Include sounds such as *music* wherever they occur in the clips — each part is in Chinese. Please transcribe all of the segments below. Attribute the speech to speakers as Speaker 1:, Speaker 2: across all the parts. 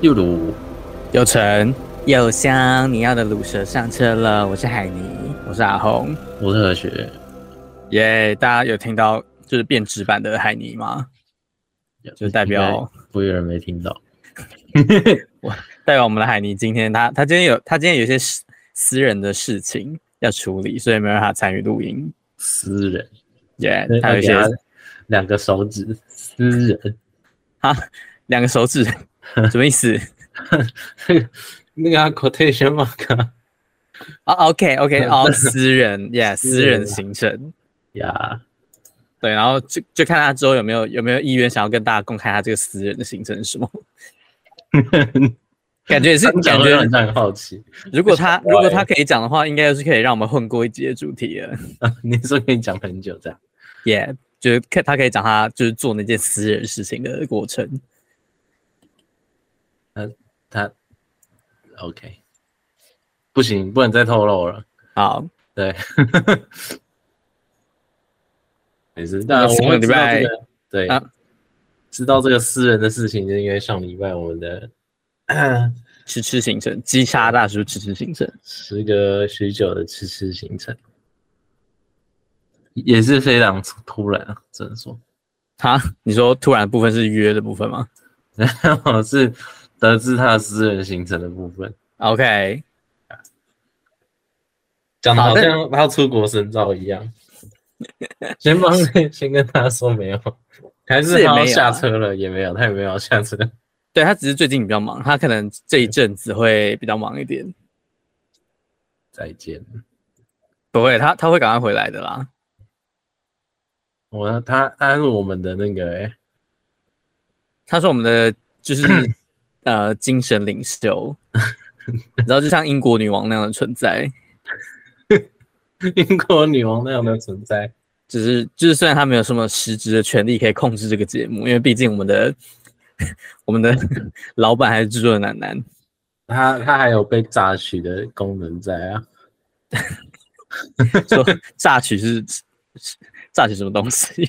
Speaker 1: 又如
Speaker 2: 有成有香，你要的卤蛇上车了。我是海尼，我是阿红，
Speaker 1: 我是何学，
Speaker 2: 耶、大家有听到就是变直版的海尼吗？就代表
Speaker 1: 应该不会有人没听到。
Speaker 2: 代表我们的海尼今天他他今天有他今天有一些私私人的事情要处理，所以没有让他参与录音。
Speaker 1: 私人，
Speaker 2: 耶、
Speaker 1: 那
Speaker 2: 他有
Speaker 1: 那
Speaker 2: 一
Speaker 1: 给
Speaker 2: 些
Speaker 1: 他两个手指，私人，
Speaker 2: 两个
Speaker 1: *laughs*
Speaker 2: 手指，什么意思？
Speaker 1: 那个那个啊 quotation mark 啊
Speaker 2: 哦、o k OK，哦，
Speaker 1: *laughs*
Speaker 2: 私人，耶，
Speaker 1: 私
Speaker 2: 私
Speaker 1: 人啊
Speaker 2: 人行程，
Speaker 1: 呀，
Speaker 2: 对，然后就就看他之后有没有有没有意愿想要跟大家公开他这个私人的行程是
Speaker 1: *laughs*
Speaker 2: 什么，感觉也是感
Speaker 1: 讲会
Speaker 2: 觉
Speaker 1: 让，人家很好奇。 *laughs*
Speaker 2: 如果他
Speaker 1: 怪
Speaker 2: 如果他可以讲的话，应该是可以让我们混过一集的主题了，
Speaker 1: 你说可以讲很久这样，
Speaker 2: 耶、就是看他可以讲他就是做那件私人事情的过程，
Speaker 1: 他 OK，不行，不能再透露了。
Speaker 2: 好，
Speaker 1: 对， *laughs* 没事。那我
Speaker 2: 上
Speaker 1: 们
Speaker 2: 个礼
Speaker 1: 知道
Speaker 2: 拜
Speaker 1: 这个对、
Speaker 2: 啊
Speaker 1: 知道这个私人的事情，就因为上礼拜我们的
Speaker 2: 吃吃行程，鸡叉大叔吃吃行程，
Speaker 1: 时隔许久的吃吃行程，也是非常突然啊，只能说， *laughs*
Speaker 2: 哈，你说突然的部分是约的部分吗
Speaker 1: 然后是得知他的私人行程的部分，
Speaker 2: ？OK，
Speaker 1: 讲的
Speaker 2: 好
Speaker 1: 好
Speaker 2: 的
Speaker 1: 像他出国深造一 *laughs* 样。先帮先跟他说没有，还
Speaker 2: 是
Speaker 1: 是他
Speaker 2: 也
Speaker 1: 要
Speaker 2: 没有啊
Speaker 1: 下车了也没有，他也没有要下车。
Speaker 2: 对他只是最近比较忙，他可能这一阵子会比较忙一点。
Speaker 1: 再见。
Speaker 2: 不会，他他会赶快回来的啦。
Speaker 1: 我他他是我们的那个、欸， *laughs*
Speaker 2: 他是我们的就是 *clears throat* 呃精神领袖，然后就像英国女王那样的存在，
Speaker 1: 英国女王那样的存在，
Speaker 2: 只是就是虽然他没有什么实质的权利可以控制这个节目，因为毕竟我们的我们的 *laughs* 老板还是制作人楠楠，
Speaker 1: 他他还有被榨取的功能在啊。
Speaker 2: 说榨取是是榨取什么东西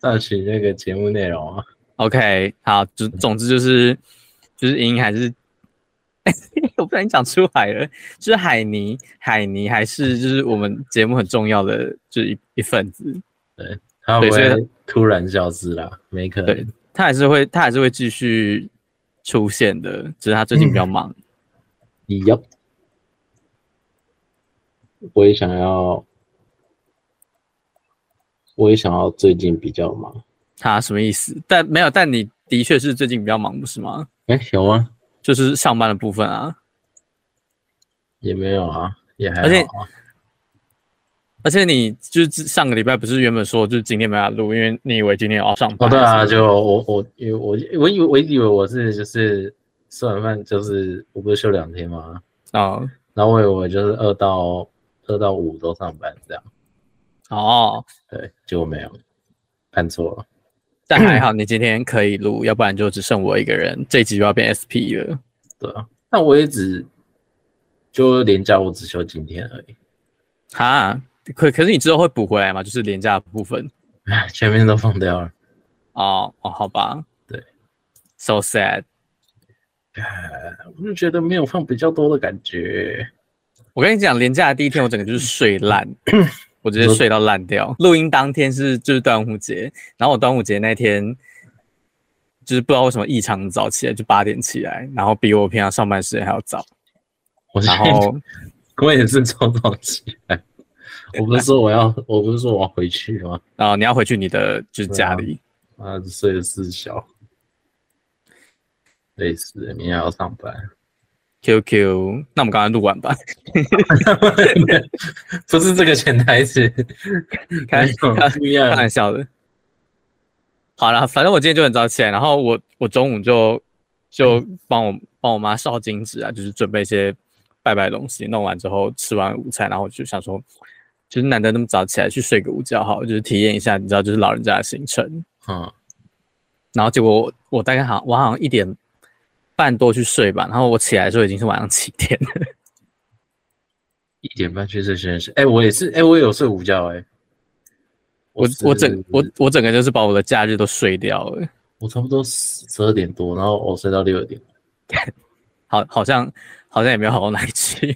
Speaker 1: 榨取那个节目内容啊。
Speaker 2: ？OK，好，总总之就是就是莹莹还是。 *laughs* 我不小心讲出来了，就是海尼，海尼还是就是我们节目很重要的就是一一份子，
Speaker 1: 他不
Speaker 2: 对所以
Speaker 1: 会突然消失啦，没可
Speaker 2: 对
Speaker 1: 能。
Speaker 2: 他还是会，他还是会继续出现的，只是他最近比较忙。
Speaker 1: 你要，我也想要，我也想要最近比较忙。
Speaker 2: 他啊什么意思？但没有，但你的确是最近比较忙，不是吗？
Speaker 1: 哎、有吗？
Speaker 2: 就是上班的部分啊，
Speaker 1: 也没有啊，也还
Speaker 2: 而且
Speaker 1: 好啊。
Speaker 2: 而且你就是上个礼拜不是原本说就是今天没法录，因为你以为今天要上班。
Speaker 1: 哦，对啊，
Speaker 2: 是吗
Speaker 1: 就我我因为我我以为我以为我是就是吃完饭就是我不是休两天吗？
Speaker 2: 哦
Speaker 1: 然后我以为我就是二到二到五都上班这样，
Speaker 2: 哦，
Speaker 1: 对，结果没有，看错了。
Speaker 2: 但还好你今天可以录，要不然就只剩我一个人，这一集就要变 SP 了。
Speaker 1: 对啊，那我也只就连假我只休今天而已，
Speaker 2: 哈，可可是你之后会补回来吗？就是廉价的部分。
Speaker 1: 唉前面都放掉了。
Speaker 2: 哦哦，好吧。
Speaker 1: 对
Speaker 2: ，so sad。
Speaker 1: 我就觉得没有放比较多的感觉。
Speaker 2: 我跟你讲，连假的第一天，我整个就是睡烂，我直接睡到烂掉。录音当天是就是端午节，然后我端午节那天就是不知道为什么异常早起来，就八点起来，然后比我平常上班时间还要早。
Speaker 1: 我
Speaker 2: 然
Speaker 1: 然后
Speaker 2: 后
Speaker 1: 我也是早早起来，啊我不是说我要，我不是说我要回去吗？
Speaker 2: 啊、呃你要回去你的就是家里，
Speaker 1: 啊，睡了四小，累死了，明天还要上班。 *laughs*
Speaker 2: QQ，那我们刚才录完吧，
Speaker 1: 不是这个潜台词，
Speaker 2: 开
Speaker 1: 没有不一
Speaker 2: 开
Speaker 1: 样。
Speaker 2: 玩笑的。好了，反正我今天就很早起来，然后我我中午就就帮我帮我妈烧金纸啊，就是准备一些拜拜的东西，弄完之后吃完午餐，然后我就想说，就是难得那么早起来去睡个午觉好了，就是体验一下，你知道，就是老人家的行程。
Speaker 1: 嗯，
Speaker 2: 然后结果我我大概好像我好像一点半多去睡吧，然后我起来的时候已经是晚上七点了。
Speaker 1: 一点半去睡先生，哎、我也是，哎、我也有睡午觉、哎，
Speaker 2: 我我整
Speaker 1: 哦是
Speaker 2: 我我整个就是把我的假日都睡掉了。
Speaker 3: 哦
Speaker 1: 我差不多十二点多，然后我睡到六点，
Speaker 2: 好，好像好像也没有好到哪里去。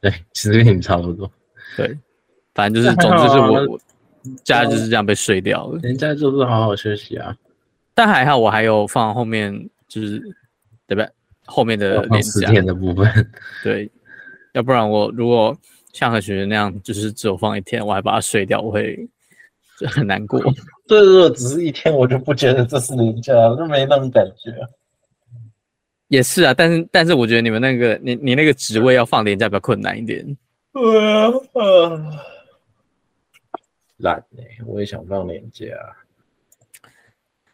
Speaker 1: 对，其实跟你们差不多，
Speaker 2: 对，反正就是，
Speaker 1: 那
Speaker 2: 总
Speaker 1: 还好啊
Speaker 2: 之是我
Speaker 1: 那
Speaker 2: 我假日就是这样被睡掉了。
Speaker 1: 人家就是好好休息啊，
Speaker 2: 但还好我还有放后面，就是对吧？后面的
Speaker 1: 要
Speaker 2: 连
Speaker 1: 哦放十
Speaker 2: 假，
Speaker 1: 天的部分，
Speaker 2: 对，要不然我如果像何学员那样，就是只有放一天，我还把它睡掉，我会就很难过。
Speaker 1: 这如果只是一天，我就不觉得这是年假，就没那种感觉。
Speaker 2: 也是啊，但是但是我觉得你们那个你你那个职位要放年假比较困难一点。
Speaker 3: 懒哎、我也想放年假，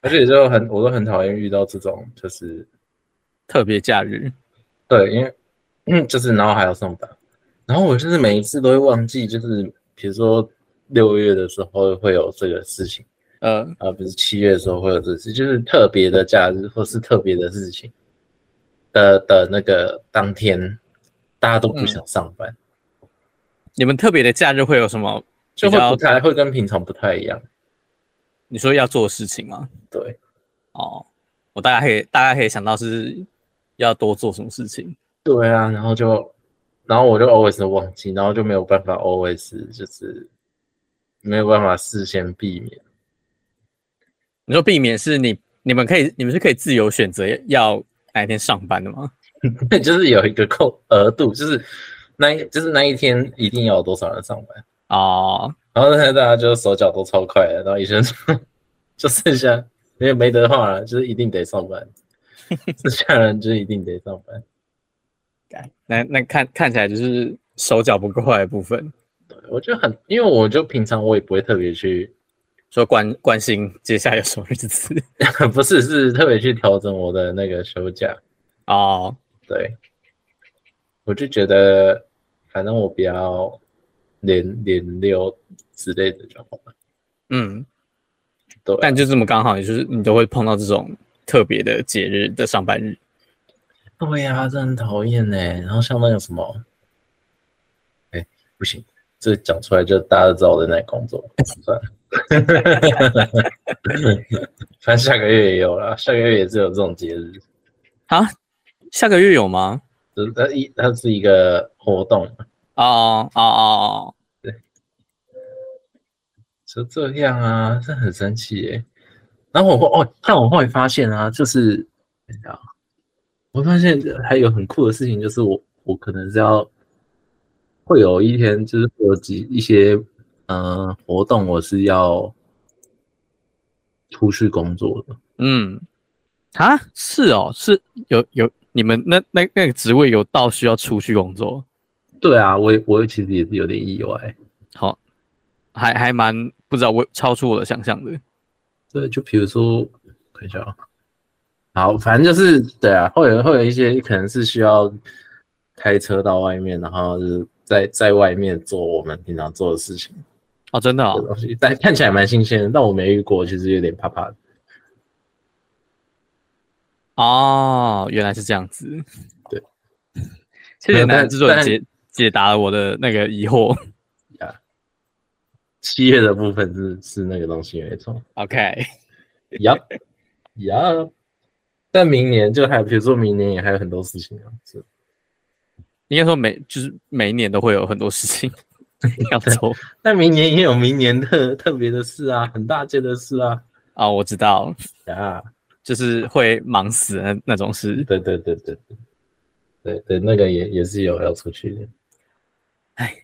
Speaker 3: 而且就很，我都很讨厌遇到这种，就是
Speaker 2: 特别假日，
Speaker 3: 对，因为嗯，就是然后还要上班，然后我就是每一次都会忘记，就是比如说六月的时候会有这个事情，
Speaker 2: 呃，
Speaker 3: 啊，不是七月的时候会有这个事，就是特别的假日或是特别的事情的的那个当天，大家都
Speaker 2: 嗯
Speaker 3: 不想上班，
Speaker 2: 你们特别的假日会有什么
Speaker 3: 就
Speaker 2: 比
Speaker 3: 会不
Speaker 2: 较？
Speaker 3: 太会跟平常不太一样，
Speaker 2: 你说要做的事情吗？
Speaker 3: 对，
Speaker 2: 哦，我大概可以大概可以想到是要多做什么事情。
Speaker 3: 对啊，然后就，然后我就 always 地忘记，然后就没有办法 always 就是没有办法事先避免， *laughs*
Speaker 2: 你说避免是你你们可以你们是可以自由选择要哪一天上班的吗？
Speaker 3: 就是有一个扣额度，就是那一就是那一天一定要有多少人上班，
Speaker 2: 哦，
Speaker 3: 然后现在大家就手脚都超快了，然后医生说 *laughs* 就剩下因为没得话了，就是一定得上班，剩下人就一定得上班，
Speaker 2: 那那看看起来就是手脚不够快的部分，
Speaker 3: 对我就很，因为我就平常我也不会特别去， *laughs*
Speaker 2: 说关关心接下来有什么日子
Speaker 3: 不是是特别去调整我的那个休假。
Speaker 2: 哦，
Speaker 3: 对，我就觉得反正我不要连连溜之类的就好了。
Speaker 2: 嗯，
Speaker 3: 对啊，
Speaker 2: 但就这么刚好，也就是你都会碰到这种特别的节日的上班日，
Speaker 3: 对呀、这很讨厌呢。然后像那个什么，哎，不行，这讲出来就大家都知道我在哪里工作， *laughs* 算了。反正下个月也有啦，下个月也是有这种节日，
Speaker 2: 啊，下个月有吗？
Speaker 3: 就是它一它是一个活动，
Speaker 2: 哦哦哦，
Speaker 3: 就这样啊，这很生气耶。然后我会哦，但我后来发现啊，就是等一下啊，
Speaker 1: 哎我发现还有很酷的事情，就是我我可能是要会有一天，就是会有几一些嗯、呃活动，我是要出去工作的。
Speaker 2: 嗯，啊，是哦，是有有你们那那那个职位有到需要出去工作，
Speaker 1: 对啊，我也我其实也是有点意外。
Speaker 2: 好，还还蛮不知道我超出我的想象的，
Speaker 1: 对，就比如说，看一下啊，好，反正就是对啊，会有会有一些可能是需要开车到外面，然后就是在在外面做我们平常做的事情
Speaker 2: 哦，真的
Speaker 1: 的
Speaker 2: 哦，
Speaker 1: 东西，但看起来蛮新鲜的，但我没遇过，其实有点怕怕的。
Speaker 2: 哦，原来是这样子，
Speaker 1: 对，
Speaker 2: 谢谢
Speaker 1: 呃
Speaker 2: 男
Speaker 1: 但
Speaker 2: 制作人
Speaker 1: 但
Speaker 2: 解解答了我的那个疑惑
Speaker 1: 七月的部分是是那个东西没错，
Speaker 2: ，OK， *laughs*
Speaker 1: *laughs* 呀呀，但明年就还有比如说明年也还有很多事情啊，是
Speaker 2: 应该说每就是每一年都会有很多事情 *laughs* 要做
Speaker 1: 但明年也有明年特特别的事啊，很大件的事啊，
Speaker 2: 啊、我知道，
Speaker 1: 呀，
Speaker 2: 就是会忙死的那那种事，
Speaker 1: 对对对对对，对对，那个也也是有要出去的，
Speaker 2: 哎，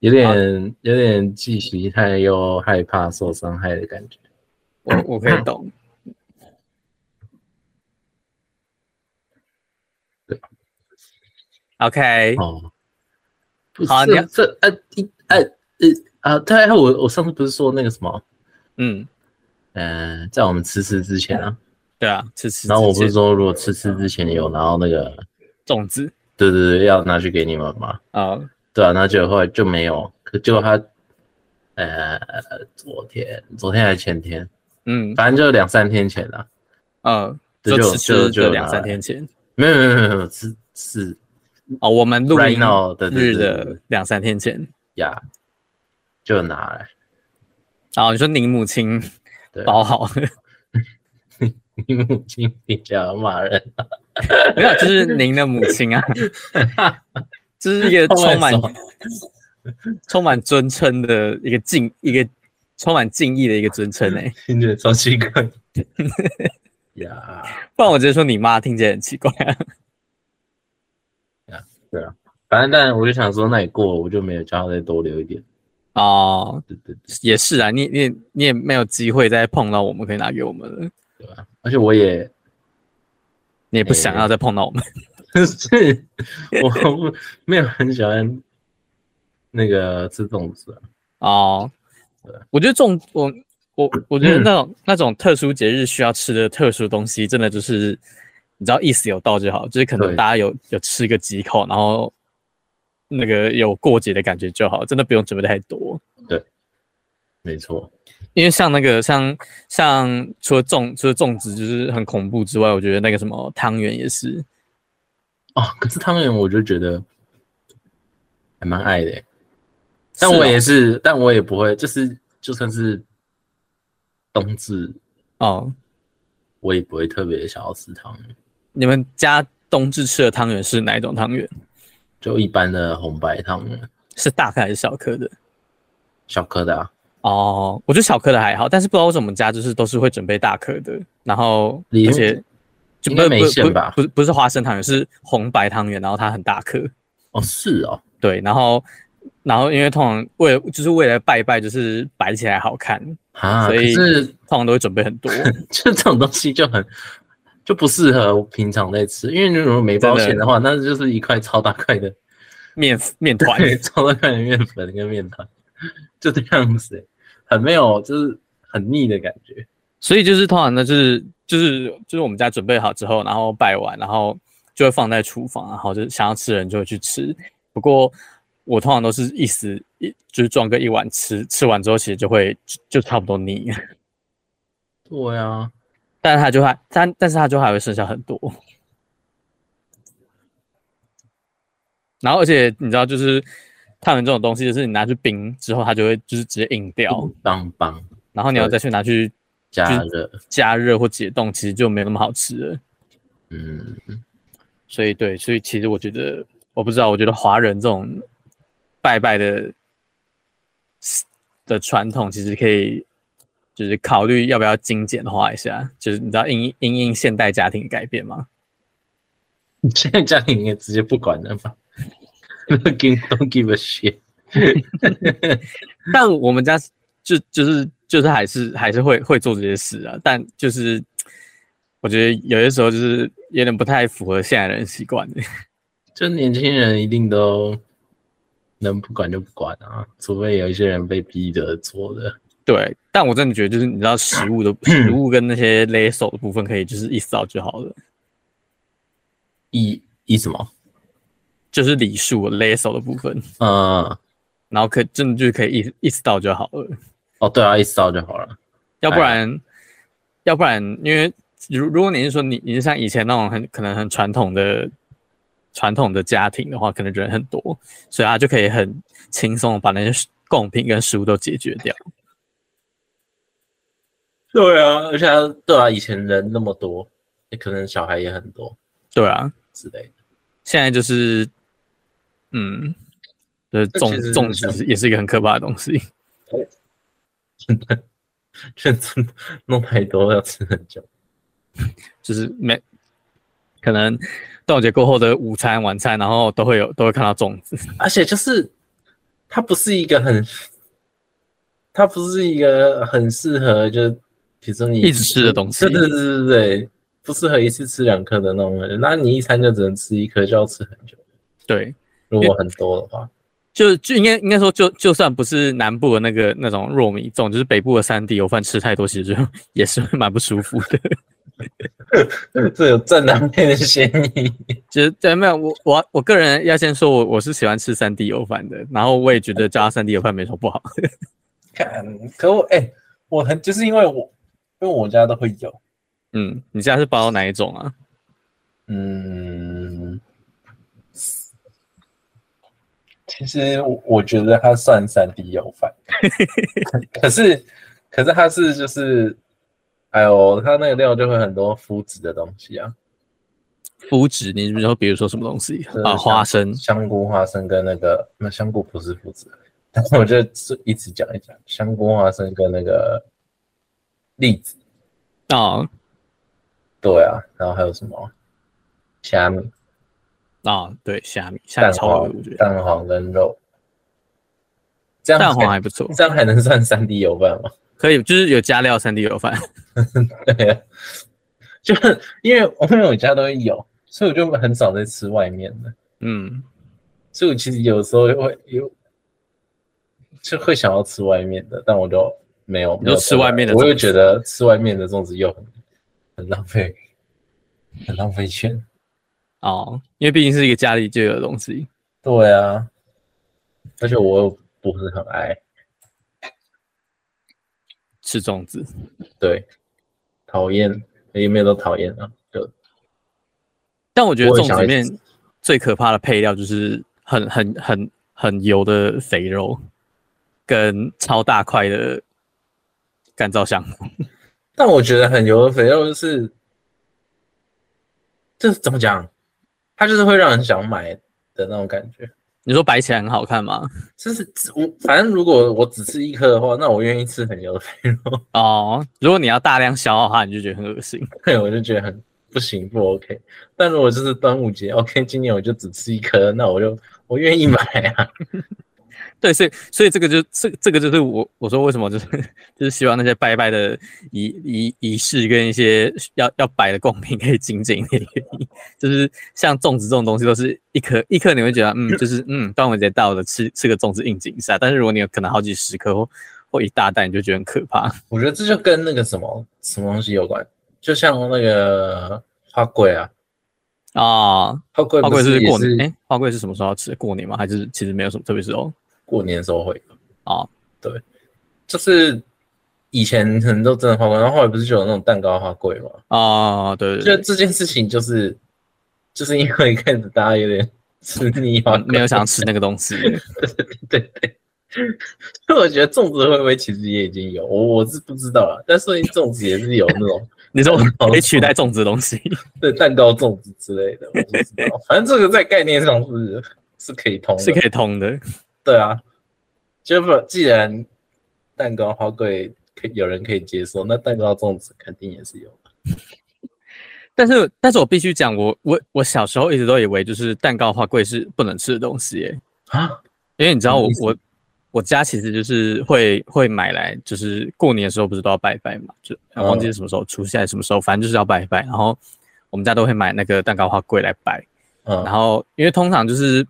Speaker 1: 有点有点既期待又害怕受伤害的感觉。
Speaker 2: 我我可以懂。
Speaker 1: 对
Speaker 2: OK，
Speaker 1: 哦，不
Speaker 2: 好你要
Speaker 1: 是这呃一呃呃啊，对啊，我我上次不是说那个什么，
Speaker 2: 嗯，
Speaker 1: 嗯，在我们吃吃之前啊，
Speaker 2: 对啊，吃吃。
Speaker 1: 然后我不
Speaker 2: 吃
Speaker 1: 是说如果吃吃之前有拿到那个，
Speaker 2: 粽子
Speaker 1: 对对对，要拿去给你们嘛，
Speaker 2: 啊，
Speaker 1: 对啊，那结果后来就没有，可结果他，呃，昨天昨天还是前天，
Speaker 2: 嗯
Speaker 1: 反正就两三天前了，
Speaker 2: 呃，
Speaker 1: 这
Speaker 2: 就
Speaker 1: 就
Speaker 2: 吃吃
Speaker 1: 就
Speaker 2: 的
Speaker 1: 就
Speaker 2: 两
Speaker 1: 拿
Speaker 2: 三
Speaker 1: 来
Speaker 2: 天前
Speaker 1: 没有没有没有没有，是是
Speaker 2: 哦，我们录
Speaker 1: right
Speaker 2: 音
Speaker 1: now 的
Speaker 2: 日的两三天前。
Speaker 1: 呀，就拿来，
Speaker 2: 然后哦你说您母亲
Speaker 1: 对， *laughs*
Speaker 2: 包好了，
Speaker 1: 你母亲比较骂人，
Speaker 2: *laughs* 没有，就是您的母亲啊， *laughs*
Speaker 1: *laughs*
Speaker 2: 就是一个充满充满尊称的一个敬一个充满敬意的一个尊称哎、欸， *laughs*
Speaker 3: 听起来超奇怪。
Speaker 1: 呀，
Speaker 2: *laughs* 不然我直接说你妈，听起来很奇怪、啊。
Speaker 1: 对啊，反正但我就想说，那也过了，我就没有叫他再多留一点。
Speaker 2: *laughs* 哦，
Speaker 1: 对对对，
Speaker 2: 也是啊，你你也你也没有机会再碰到我们可以拿给我们了，
Speaker 1: 对吧、而且我也
Speaker 2: 你也不想要再碰到我们。
Speaker 1: 是， *laughs* 我不没有很喜欢那个吃粽子啊。
Speaker 2: 哦
Speaker 1: 对，嗯
Speaker 2: 我觉得这种我我我觉得那种、那种特殊节日需要吃的特殊东西，真的就是你知道意思有到就好，就是可能
Speaker 1: 对
Speaker 2: 大家有有吃个几口，然后那个有过节的感觉就好，真的不用准备太多。
Speaker 1: 没错，
Speaker 2: 因为像那个像像除了粽除了粽子就是很恐怖之外，我觉得那个什么汤圆也是，
Speaker 1: 哦，可是汤圆我就觉得还蛮爱的欸，但
Speaker 2: 是
Speaker 1: 我
Speaker 2: 哦
Speaker 1: 也是，但我也不会，就是就算是冬至，
Speaker 2: 哦，
Speaker 1: 我也不会特别想要吃汤圆，
Speaker 2: 你们家冬至吃的汤圆是哪一种汤圆？
Speaker 1: 就一般的红白汤圆，
Speaker 2: 是大颗还是小颗的？
Speaker 1: 小颗的、啊，
Speaker 2: 哦，我觉得小颗的还好，但是不知道为什么我们家就是都是会准备大颗的，然后
Speaker 1: 里
Speaker 2: 而
Speaker 1: 面
Speaker 2: 且就
Speaker 1: 应
Speaker 2: 不
Speaker 1: 该
Speaker 2: 是
Speaker 1: 没
Speaker 2: 不是
Speaker 1: 馅吧
Speaker 2: 不是不是花生汤圆，是红白汤圆，然后它很大颗，
Speaker 1: 哦，是哦，
Speaker 2: 对，然后然后因为通常为了就是为了拜拜，就是摆起来好看，
Speaker 1: 啊，
Speaker 2: 所
Speaker 1: 可
Speaker 2: 以
Speaker 1: 是
Speaker 2: 通常都会准备很多， *laughs*
Speaker 1: 就这种东西就很就不适合平常在吃，因为你如果没包
Speaker 2: 真的
Speaker 1: 馅的话，那就是一块超大块的
Speaker 2: 面面团
Speaker 1: *laughs* 超大块的面粉跟面团，就这样子欸、很没有就是很腻的感觉。
Speaker 2: 所以就是通常呢，就是就是就是我们家准备好之后，然后拜完，然后就会放在厨房，然后就是想要吃的人就会去吃。不过我通常都是一时一就是装个一碗吃，吃完之后其实就会就就差不多腻， *laughs* 了。
Speaker 1: 对啊，
Speaker 2: 但是它就还但但是它就还会剩下很多。然后而且你知道，就是他们这种东西，就是你拿去冰之后，它就会就是直接硬掉，
Speaker 1: 棒棒
Speaker 2: 然后你要再去拿去
Speaker 1: 加热，
Speaker 2: 加热或解冻，其实就没有那么好吃了。
Speaker 1: 嗯，
Speaker 2: 所以对，所以其实我觉得，我不知道，我觉得华人这种拜拜的的传统，其实可以就是考虑要不要精简化一下，就是你知道因因应现代家庭的改变吗？
Speaker 1: *laughs* 现在家里应该直接不管了吧 *laughs* ？Don't give don't give a shit。
Speaker 2: 但我们家就就是就是还是还是会会做这些事啊，但就是我觉得有些时候就是有点不太符合现代人习惯 *laughs* 的。
Speaker 1: 就年轻人一定都能不管就不管啊，除非有一些人被逼着做的。
Speaker 2: 对，但我真的觉得就是你知道食物的食物跟那些勒手的部分，可以就是一扫就好了。
Speaker 1: 一一什么？
Speaker 2: 就是礼数勒手的部分，
Speaker 1: 嗯，
Speaker 2: 然后可真的就是可以意意识到就好了，
Speaker 1: 哦，对啊，一扫就好了。
Speaker 2: 要不然，要不然，因为如如果你是说你你是像以前那种很可能很传统的传统的家庭的话，可能人很多，所以他就可以很轻松地把那些贡品跟食物都解决掉。
Speaker 1: 对啊，而且他对啊，以前人那么多，也可能小孩也很多
Speaker 2: 对啊，
Speaker 1: 之类的。 *laughs*
Speaker 2: 现在就是，嗯，就是
Speaker 1: 那
Speaker 2: 粽
Speaker 1: 其实
Speaker 2: 粽
Speaker 1: 像
Speaker 2: 子也是一个很可怕的东西。
Speaker 1: 认真弄太多要吃很久。
Speaker 2: 就是每可能端午节过后的午餐、晚餐，然后都会有都会看到粽子。
Speaker 1: 而且就是它不是一个很，它不是一个很适合就比如说你
Speaker 2: 一直吃的东西
Speaker 1: 对对对对对，不适合一次吃两颗的那种人。那你一餐就只能吃一颗，就要吃很久。
Speaker 2: 对，
Speaker 1: 如果很多的话，
Speaker 2: 就就应该应该说就，就算不是南部的那个那种糯米粽，就是北部的山地油饭吃太多，其实就也是会蛮不舒服的。 *laughs*
Speaker 1: 这有正南面的嫌疑。
Speaker 2: 就是对，没有我我我个人要先说我，我是喜欢吃山地油饭的，然后我也觉得加山地油饭没什么不好。
Speaker 1: 看，可我哎、我很就是因为我因为我家都会有，
Speaker 2: 嗯，你家是包哪一种啊？
Speaker 1: 嗯，其实我我觉得它算三 D 油饭，可是可是它是就是，哎呦，它那个料就会很多麸质的东西啊，
Speaker 2: 肤质，你比如说比如说什么东西
Speaker 1: 就是
Speaker 2: 啊，
Speaker 1: 香
Speaker 2: 花生
Speaker 1: 香菇、花生跟那个，那香菇不是麸质，但是我就一直讲一讲香菇、花生跟那个栗子，
Speaker 2: 啊
Speaker 1: 对啊，然后还有什么虾米、
Speaker 2: 啊，对，虾米虾
Speaker 1: 蛋
Speaker 2: 米超
Speaker 1: 黄
Speaker 2: 恶，我觉、得
Speaker 1: 蛋黄跟肉，这样
Speaker 2: 蛋黄
Speaker 1: 才
Speaker 2: 还不错，
Speaker 1: *laughs* 这样还能算三 D 油饭吗？ *laughs*
Speaker 2: 可以就是有加料三 D 油饭，
Speaker 1: 对啊，就是因为因为我家都会有，所以我就很少在吃外面的，
Speaker 2: 嗯，
Speaker 1: 所以我其实有时候会有就会想要吃外面的，但我都没有，
Speaker 2: 你
Speaker 1: 没有
Speaker 2: 就吃外面的
Speaker 1: 我又
Speaker 2: 粽子
Speaker 1: 觉得吃外面的粽子又很很浪费，很浪费钱。
Speaker 2: 哦，因为毕竟是一个家里就有的东西，
Speaker 1: 对啊，而且我又不是很爱，
Speaker 2: 吃粽子，
Speaker 1: 对，讨厌也没有都讨厌啊，就
Speaker 2: 但我觉得
Speaker 1: 我也
Speaker 2: 粽
Speaker 1: 想
Speaker 2: 子
Speaker 1: 要
Speaker 2: 里
Speaker 1: 一
Speaker 2: 面最可怕的配料就是很很很很油的肥肉，跟超大块的干燥香菇。
Speaker 1: 但我觉得很油的肥肉就是，就是怎么讲，它就是会让人想买的那种感觉。
Speaker 2: 你说摆起来很好看吗？
Speaker 1: 就是我反正如果我只吃一颗的话，那我愿意吃很油的肥肉，
Speaker 2: 哦，如果你要大量消耗它，你就觉得很恶心。
Speaker 1: 对我就觉得很不行不 OK。但如果就是端午节 OK，今年我就只吃一颗，那我就我愿意买啊。
Speaker 2: 对，所以所以这个就这这个就是我我说为什么就是 *laughs* 就是希望那些拜拜的仪仪仪式跟一些要要摆的贡品可以精简一点的原因，就是像粽子这种东西都是一颗一颗你会觉得嗯就是嗯端午节到了吃吃个粽子应景一下，但是如果你有可能好几十颗或或一大袋，你就觉得很可怕。
Speaker 1: 我觉得这就跟那个什么什么东西有关，就像那个花桂啊，
Speaker 2: 啊、
Speaker 1: 花桂
Speaker 2: 花
Speaker 1: 不
Speaker 2: 桂是
Speaker 1: 也
Speaker 2: 过年，
Speaker 1: 是
Speaker 2: 哎，花桂是什么时候要吃？过年吗？还是其实没有什么特别时候？
Speaker 1: 过年的时候会
Speaker 2: 哦，
Speaker 1: 就是以前可能都真的花贵，然后后来不是就有那种蛋糕花贵嘛？
Speaker 2: 哦，对
Speaker 1: 我
Speaker 2: 对
Speaker 1: 觉
Speaker 2: 对
Speaker 1: 得，这件事情就是就是因为一开始大家有点吃腻花
Speaker 2: 嗯
Speaker 1: 贵，
Speaker 2: 没有想要吃那个东
Speaker 1: *laughs*
Speaker 2: 西。
Speaker 1: 对对。所以我觉得粽子会不会其实也已经有，我我是不知道啦，但说不定粽子也是有那
Speaker 2: *laughs*
Speaker 1: 种
Speaker 2: 你说可以取代粽子的东西？
Speaker 1: 对蛋糕粽子之类的，我不知道。反正这个在概念上是是可以通的，
Speaker 2: 是可以通的。
Speaker 1: 对啊。就不既然蛋糕花贵可以有人可以接受，那蛋糕粽子肯定也是有。
Speaker 2: 但是，但是我必须讲，我我我小时候一直都以为就是蛋糕花桂是不能吃的东西耶，
Speaker 1: 啊，
Speaker 2: 因为你知道
Speaker 1: 什么
Speaker 2: 我
Speaker 1: 意思
Speaker 2: 我我家其实就是会会买来，就是过年的时候不是都要拜拜嘛，就呃
Speaker 1: 嗯
Speaker 2: 忘记是什么时候除夕还是什么时候，反正就是要拜拜。然后我们家都会买那个蛋糕花桂来拜，
Speaker 1: 嗯
Speaker 2: 然，后因为通常就是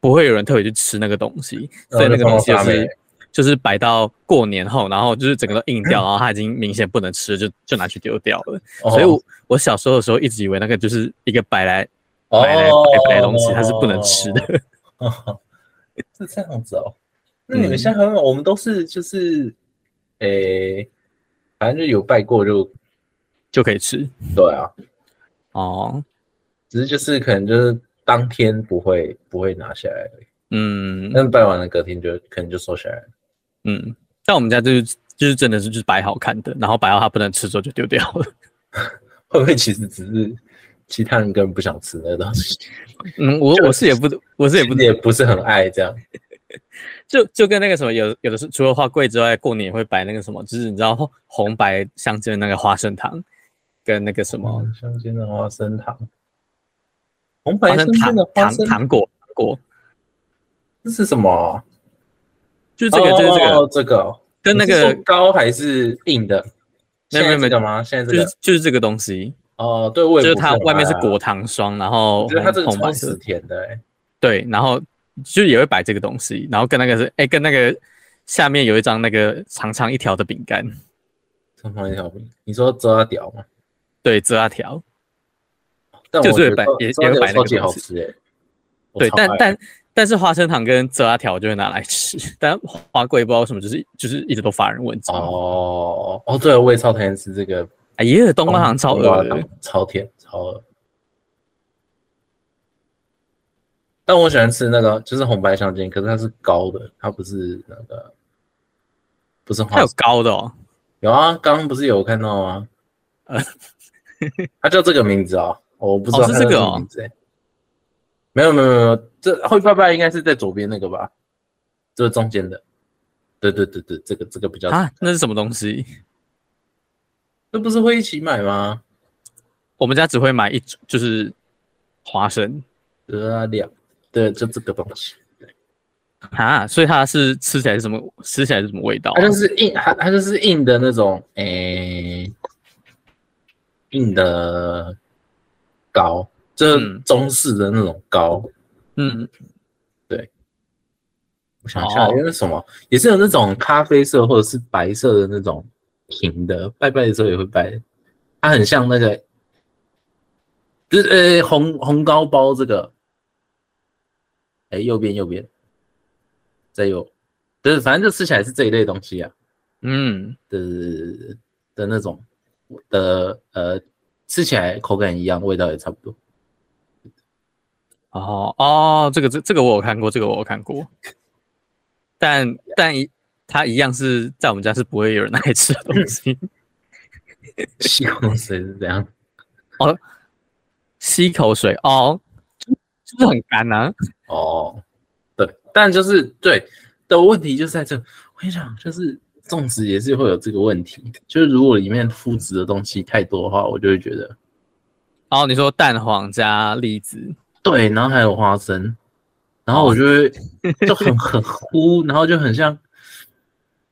Speaker 2: 不会有人特别去吃那个东西，
Speaker 1: 嗯
Speaker 2: 所以那个东西就
Speaker 1: 那放到发
Speaker 2: 是
Speaker 1: 霉。
Speaker 2: 就是摆到过年后，然后就是整个都硬
Speaker 1: *laughs*
Speaker 2: 掉，然后它已经明显不能吃，就就拿去丢掉了。
Speaker 1: 哦
Speaker 2: 所以我我小时候的时候一直以为那个就是一个摆来
Speaker 1: 哦
Speaker 2: 买来摆摆的东西，它是不能吃的。 *laughs*
Speaker 1: 哦，是这样子哦。那你
Speaker 2: 嗯
Speaker 1: 们现在很好，我们都是就是，诶、反正就有拜过就
Speaker 2: 就可以吃
Speaker 1: 对啊，
Speaker 2: 哦。
Speaker 1: 只是就是可能就是当天不会不会拿下来而已，
Speaker 2: 嗯
Speaker 1: 但是拜完了隔天就可能就收下来了。 *laughs*
Speaker 2: 嗯，但我们家就是就是真的是就是摆好看的，然后摆到它不能吃之后就丢掉了。
Speaker 1: 会不会其实只是其他人根本不想吃那个东西，
Speaker 2: 嗯，我
Speaker 1: 就
Speaker 2: 我是也不我是也不
Speaker 1: 也不是很爱这样？
Speaker 2: *laughs* 就就跟那个什么有有的是除了花柜之外，过年也会摆那个什么，就是你知道红红白相间的那个花生糖。跟那个什么
Speaker 1: 哦，香煎的花生糖，红
Speaker 2: 花
Speaker 1: 白相
Speaker 2: 生糖
Speaker 1: 间的花
Speaker 2: 糖
Speaker 1: 生
Speaker 2: 糖果糖果，
Speaker 1: 这是什么啊？
Speaker 2: 就是这个就是这
Speaker 1: 哦
Speaker 2: 个
Speaker 1: 哦这个哦
Speaker 2: 跟那
Speaker 1: 你是
Speaker 2: 个
Speaker 1: 说高还是硬的？
Speaker 2: 没有
Speaker 1: 现在
Speaker 2: 没有
Speaker 1: 这个吗？现在这
Speaker 2: 就是
Speaker 1: 个
Speaker 2: 就是这个东西，
Speaker 1: 哦，对，我也
Speaker 2: 就是
Speaker 1: 不
Speaker 2: 它
Speaker 1: 很
Speaker 2: 外面是
Speaker 1: 爱啊
Speaker 2: 果，糖霜，然后
Speaker 1: 我觉得它这
Speaker 2: 红
Speaker 1: 个
Speaker 2: 红白
Speaker 1: 超
Speaker 2: 色
Speaker 1: 死，甜的欸，
Speaker 2: 对，然后就也会摆这个东西，然后跟那个是，哎、跟那个下面有一张那个长长一条的饼干，
Speaker 1: 什么一条饼？你说折阿屌吗？
Speaker 2: 对，折啊条，
Speaker 1: 但
Speaker 2: 就
Speaker 1: 我
Speaker 2: 是
Speaker 1: 觉得
Speaker 2: 摆
Speaker 1: 折
Speaker 2: 也
Speaker 1: 折阿
Speaker 2: 也会
Speaker 1: 屌
Speaker 2: 摆那
Speaker 1: 超
Speaker 2: 个
Speaker 1: 级
Speaker 2: 东
Speaker 1: 好
Speaker 2: 西
Speaker 1: 吃哎，我
Speaker 2: 对，
Speaker 1: 超
Speaker 2: 但
Speaker 1: 爱
Speaker 2: 但但是花生糖跟折啊条就会拿来吃，但花桂不知道为什么，就是就是一直都乏人问津。哦，
Speaker 1: 哦哦，对，我也超讨厌吃这个
Speaker 2: 哎呀，冬瓜糖超
Speaker 1: 冬瓜
Speaker 2: 恶的
Speaker 1: 糖，超甜，超恶。但我喜欢吃那个，就是红白相间，可是它是高的，它不是那个，不是
Speaker 2: 它
Speaker 1: 花
Speaker 2: 有高的哦，
Speaker 1: 有啊，刚刚不是有看到吗
Speaker 2: 呃？
Speaker 1: 它叫这个名字啊、我不知道、
Speaker 2: 哦是这个哦
Speaker 1: 名字欸。没有没有没有没有，这会拜拜应该是在左边那个吧？这中间的。对对对对，这个这个比较。
Speaker 2: 啊，那是什么东西？
Speaker 1: 这不是会一起买吗？
Speaker 2: 我们家只会买一种，就是花生
Speaker 1: 对啊，两对，就这个东西。
Speaker 2: 啊，所以它是吃起来是什么？吃起来是什么味道啊、
Speaker 1: 它就是硬，它它就是硬的那种，诶、硬的糕，就是
Speaker 2: 嗯
Speaker 1: 中式的那种糕。
Speaker 2: 嗯，
Speaker 1: 我想一下，
Speaker 2: 哦
Speaker 1: 因为什么也是有那种咖啡色或者是白色的那种平的，拜拜的时候也会拜，它很像那个，就是呃、红红糕包这个，哎、右边右边，再右，就是反正就吃起来是这一类东西啊。
Speaker 2: 嗯，
Speaker 1: 的的那种的呃，吃起来口感一样，味道也差不 *laughs* 多。
Speaker 2: 哦哦，这个这这个我有看过，这个我有看过，
Speaker 1: *laughs*
Speaker 2: 但但一它一样是在我们家是不会有人爱吃的东西。
Speaker 1: 西红柿是这样，
Speaker 2: 吸口水哦，就就是很干啊呐、
Speaker 1: 哦，对，但就是对的问题就是在这，我跟你讲，就是粽子也是会有这个问题，就是如果里面麸质的东西太多的话，我就会觉得
Speaker 2: 哦，你说蛋黄加栗子，
Speaker 1: 对，然后还有花生，然后我就会就很很糊，然后就很像，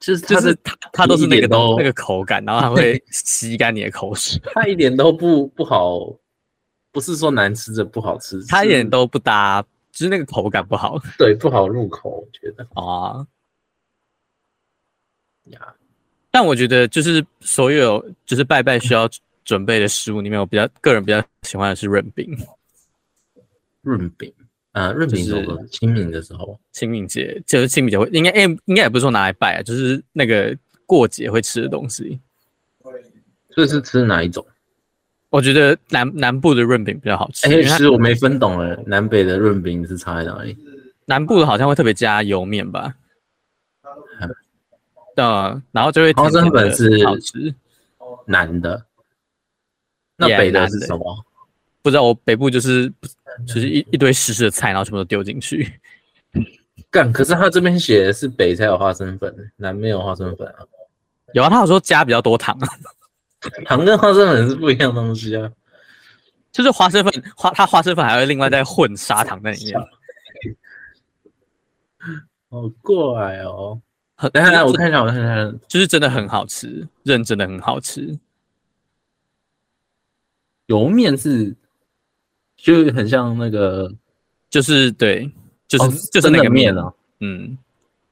Speaker 1: 就是
Speaker 2: 就
Speaker 1: 它
Speaker 2: 是
Speaker 1: 的
Speaker 2: 它它都是那
Speaker 1: 一
Speaker 2: 个
Speaker 1: 点都
Speaker 2: 东那个口感，然后它会吸干你的口水，
Speaker 1: 它一点都不不好，不是说难吃的不好吃，
Speaker 2: 它
Speaker 1: *laughs*
Speaker 2: 一
Speaker 1: 是
Speaker 2: 点都不搭，就是那个口感不好
Speaker 1: 对不好入口，我觉得
Speaker 2: 啊。
Speaker 1: 呀，
Speaker 2: 但我觉得就是所有就是拜拜需要准备的食物里面，我比较个人比较喜欢的是润饼。
Speaker 1: 润饼，啊，润饼
Speaker 2: 就是
Speaker 1: 是我清明的时候，
Speaker 2: 清明节就是清明节会应该哎、应该也不是说拿来拜啊，就是那个过节会吃的东西。
Speaker 1: 这是吃哪一种？
Speaker 2: 我觉得南南部的润饼比较好吃，
Speaker 1: 哎、
Speaker 2: 因为
Speaker 1: 其
Speaker 2: 它
Speaker 1: 实我没分懂了，南北的润饼是差在哪里？
Speaker 2: 南部的好像会特别加油面吧，
Speaker 1: 嗯
Speaker 2: 嗯，然后就会
Speaker 1: 花生
Speaker 2: 甜甜的
Speaker 1: 粉是
Speaker 2: 好吃，
Speaker 1: 南的，那
Speaker 2: 也
Speaker 1: 北的
Speaker 2: 南
Speaker 1: 是
Speaker 2: 的
Speaker 1: 什么？
Speaker 2: 不知道我北部就是就是一一堆湿湿的菜，然后全部都丢进去，
Speaker 1: 干，可是他这边写的是北才有花生粉，南没有花生粉啊。
Speaker 2: 有啊，他有说加比较多糖 *laughs* 啊，
Speaker 1: 糖跟花生粉是不一样的东西啊。
Speaker 2: 就是花生粉花它花生粉还会另外再混砂糖在里面，
Speaker 1: 好怪哦！
Speaker 2: 很
Speaker 1: 等一下，我看一下，我看一下。
Speaker 2: 就是真的很好吃，认真的很好吃，
Speaker 1: 油面是，就是很像那个，
Speaker 2: 就是对，就是、
Speaker 1: 哦
Speaker 2: 就是
Speaker 1: 真
Speaker 2: 那
Speaker 1: 的
Speaker 2: 个
Speaker 1: 面啊，
Speaker 2: 嗯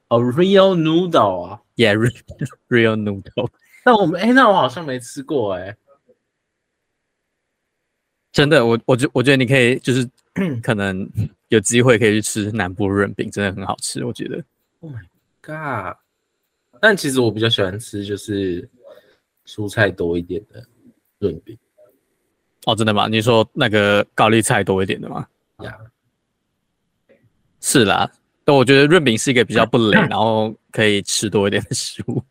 Speaker 1: 哦，real noodle 啊。
Speaker 2: ，Yeah real *laughs* real noodle， *laughs*
Speaker 1: 但我们哎、那我好像没吃过哎、
Speaker 2: 真的，我我觉我觉得你可以就是 *clears throat* 可能有机会可以去吃南部润饼，真的很好吃，我觉得。
Speaker 1: God，但其实我比较喜欢吃就是蔬菜多一点的润饼
Speaker 2: 哦，真的吗？你说那个高丽菜多一点的吗？
Speaker 1: 呀。
Speaker 2: 是啦，但我觉得润饼是一个比较不累，然后可以吃多一点的食物。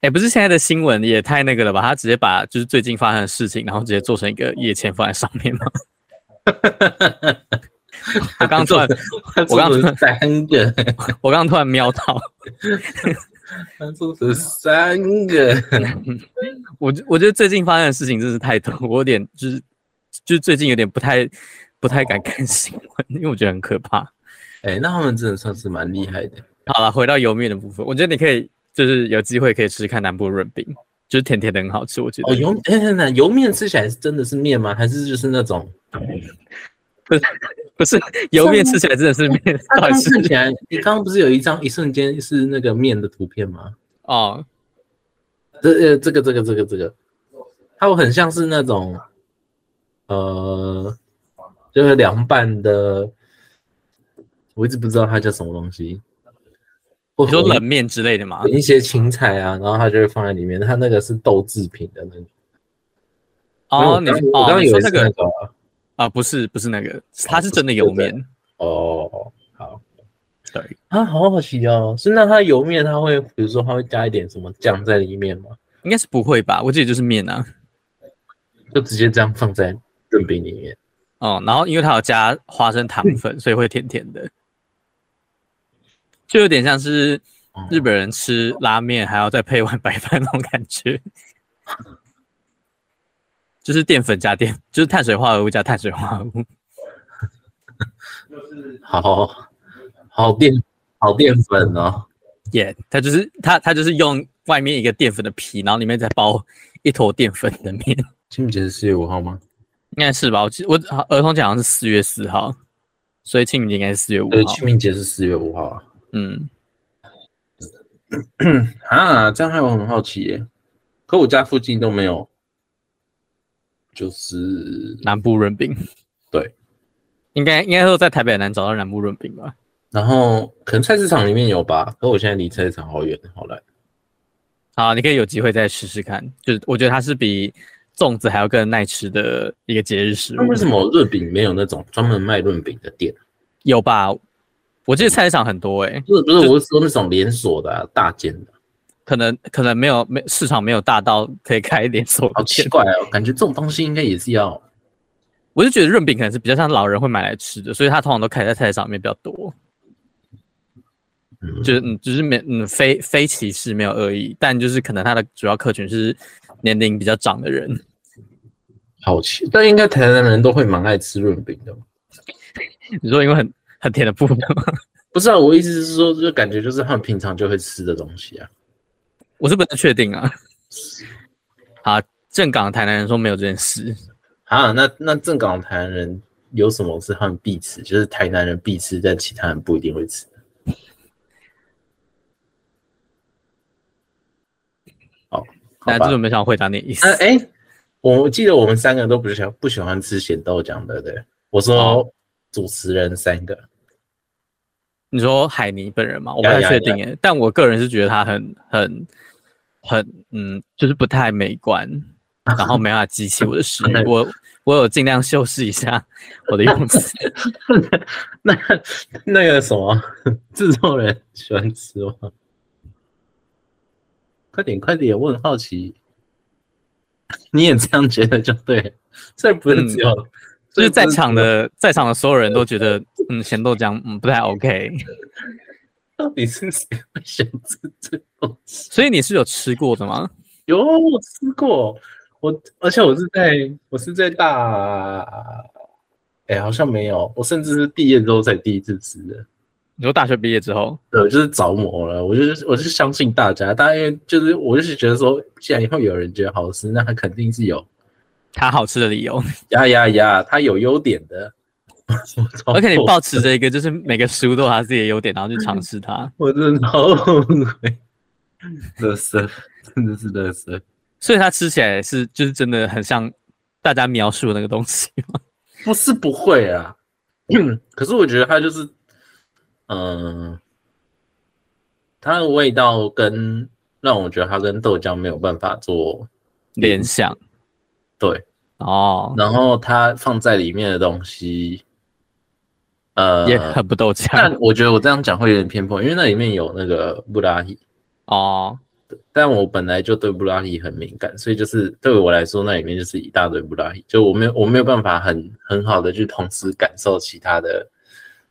Speaker 2: 哎、不是现在的新闻也太那个了吧？他直接把就是最近发生的事情，然后直接做成一个页签放在上面吗？我刚突然，
Speaker 1: *laughs*
Speaker 2: 我
Speaker 1: 我
Speaker 2: 刚
Speaker 1: 刚成三个，
Speaker 2: 我刚突然瞄到，
Speaker 1: 他做
Speaker 2: *laughs*
Speaker 1: 成三个，
Speaker 2: 我我觉得最近发生的事情真是太多，我有点就是就是最近有点不太不太
Speaker 1: 哦
Speaker 2: 敢看新闻，因为我觉得很可怕。
Speaker 1: 哎、那他们真的算是蛮厉害的。
Speaker 2: 好了，回到油面的部分，我觉得你可以就是有机会可以吃吃看南部润饼，就是甜甜的很好吃，我觉得。
Speaker 1: 哦，油哎、等等，油面吃起来是真的是面吗？还是就是那种？ *laughs*
Speaker 2: 不是油面吃起来真的是面，
Speaker 1: 它
Speaker 2: 到
Speaker 1: 刚看
Speaker 2: 底
Speaker 1: 起
Speaker 2: 是
Speaker 1: 来，你刚刚不是有一张一瞬间是那个面的图片吗？
Speaker 2: 哦
Speaker 1: 这呃，这个这个这个这个，它我很像是那种，呃，就是凉拌的，我一直不知道它叫什么东西。或
Speaker 2: 你说
Speaker 1: 混
Speaker 2: 冷面之类的嘛
Speaker 1: 混？一些青菜啊，然后它就会放在里面。它那个是豆制品的那种。因为
Speaker 2: 哦，
Speaker 1: 我
Speaker 2: 你
Speaker 1: 刚我刚
Speaker 2: 哦
Speaker 1: 刚
Speaker 2: 你
Speaker 1: 以
Speaker 2: 说
Speaker 1: 为
Speaker 2: 那
Speaker 1: 是
Speaker 2: 个
Speaker 1: 那个啊
Speaker 2: 啊，不是不是那个，它是真的油面，
Speaker 1: 哦，好
Speaker 2: 对，
Speaker 1: 啊，好好奇哦。是那它的油面，它会比如说它会加一点什么酱在里面吗？
Speaker 2: 应该是不会吧？我记得就是面啊，
Speaker 1: 就直接这样放在润饼里面。
Speaker 2: 哦、然后因为它有加花生糖粉，所以会甜甜的，就有点像是
Speaker 1: 哦
Speaker 2: 日本人吃拉面还要再配一碗白饭那种感觉，就是淀粉加淀，就是碳水化合物加碳水化合物。
Speaker 1: 好好淀好淀粉哦，
Speaker 2: 耶、它就是它它就是用外面一个淀粉的皮，然后里面再包一坨淀粉的面，应
Speaker 1: 清明节是四月五号吗？
Speaker 2: 该是吧？我记我好儿童节好像是四月四号，所以清明节应该是四月五
Speaker 1: 对，
Speaker 2: 号。
Speaker 1: 清明节是四月五号啊。
Speaker 2: 嗯，
Speaker 1: 啊，这样害我很好奇耶。可我家附近都没有，就是
Speaker 2: 南部润饼。
Speaker 1: 对，
Speaker 2: 应该应该说在台北很难找到南部润饼吧？
Speaker 1: 然后可能菜市场里面有吧。可我现在离菜市场好远，好来。
Speaker 2: 好，你可以有机会再试试看。就是我觉得它是比粽子还要更耐吃的一个节日食
Speaker 1: 那
Speaker 2: 物
Speaker 1: 为。什么润饼没有那种专门卖润饼的店？
Speaker 2: 有吧？我记得菜市场很多欸诶、
Speaker 1: 不是不是，我是说那种连锁的、啊、大间的，
Speaker 2: 可能可能没有没市场没有大到可以开连锁
Speaker 1: 好奇
Speaker 2: 店。
Speaker 1: 怪哦，感觉这种东西应该也是要
Speaker 2: 我就觉得润饼可能是比较像老人会买来吃的，所以它通常都开在菜市场里面比较多。
Speaker 1: 嗯
Speaker 2: 就是嗯，就是没嗯非非歧视没有恶意，但就是可能它的主要客群是年龄比较长的人。
Speaker 1: 好奇，但应该台南人都会蛮爱吃润饼的吧。
Speaker 2: 你说因为很很甜的部分吗？
Speaker 1: 不是啊，我意思是说，就感觉就是他们平常就会吃的东西啊。
Speaker 2: 我是不能确定啊。 *laughs* 啊，正港台南人说没有这件事，
Speaker 1: 啊，那那正港台南人有什么是他们必吃？就是台南人必吃，但其他人不一定会吃。 *laughs* 好，好
Speaker 2: 但
Speaker 1: 吧
Speaker 2: 就是没想要回答你的意思
Speaker 1: 那。哎、我记得我们三个都不是喜欢不喜欢吃咸豆浆的，对不对？我说主持人三个，
Speaker 2: 你说海尼本人嘛，我不
Speaker 1: 呀
Speaker 2: 太
Speaker 1: 呀
Speaker 2: 确定诶，但我个人是觉得他很很很嗯，就是不太美观，然后没办法激起我
Speaker 1: *laughs*
Speaker 2: 的食欲。我我有尽量修饰一下我
Speaker 1: *laughs*
Speaker 2: 的用词。
Speaker 1: 那那个什么制作人喜欢吃吗？快点快点，我很好奇，你也这样觉得就对了，这不是只有、
Speaker 2: 嗯就是在
Speaker 1: 这不是
Speaker 2: 场
Speaker 1: 只有
Speaker 2: 的在场的所有人都觉得，嗯，咸豆浆嗯不太 OK，
Speaker 1: 到底是谁会想吃这东西？
Speaker 2: 所以你是有吃过的吗？
Speaker 1: 有我吃过，我而且我是在我是在大，哎、好像没有，我甚至是毕业之后才第一次吃的。
Speaker 2: 你说大学毕业之后，
Speaker 1: 对，我就是着魔了，我就是我就是相信大家，大家因为就是我就是觉得说，既然以后有人觉得好吃，那他肯定是有
Speaker 2: 它好吃的理由，
Speaker 1: 呀呀呀，它有优点的。 *laughs* 我超
Speaker 2: 而且你
Speaker 1: 后
Speaker 2: 保持着一个就是每个食物都有它自己的优点，然后去尝试它。
Speaker 1: 我真的好后悔，乐色真的是乐色。
Speaker 2: 所以它吃起来是就是真的很像大家描述的那个东西吗？
Speaker 1: 不是不会啊，可是我觉得它就是，嗯、它的味道跟让我觉得它跟豆浆没有办法做嗯
Speaker 2: 联想
Speaker 1: 对，
Speaker 2: 哦，
Speaker 1: 然后它放在里面的东西，呃，
Speaker 2: 也很不豆浆
Speaker 1: 但我觉得我这样讲会有点偏颇，因为那里面有那个布拉提，
Speaker 2: 哦。
Speaker 1: 但我本来就对布拉提很敏感，所以就是对我来说，那里面就是一大堆布拉提，就我没有我没有办法很很好的去同时感受其他的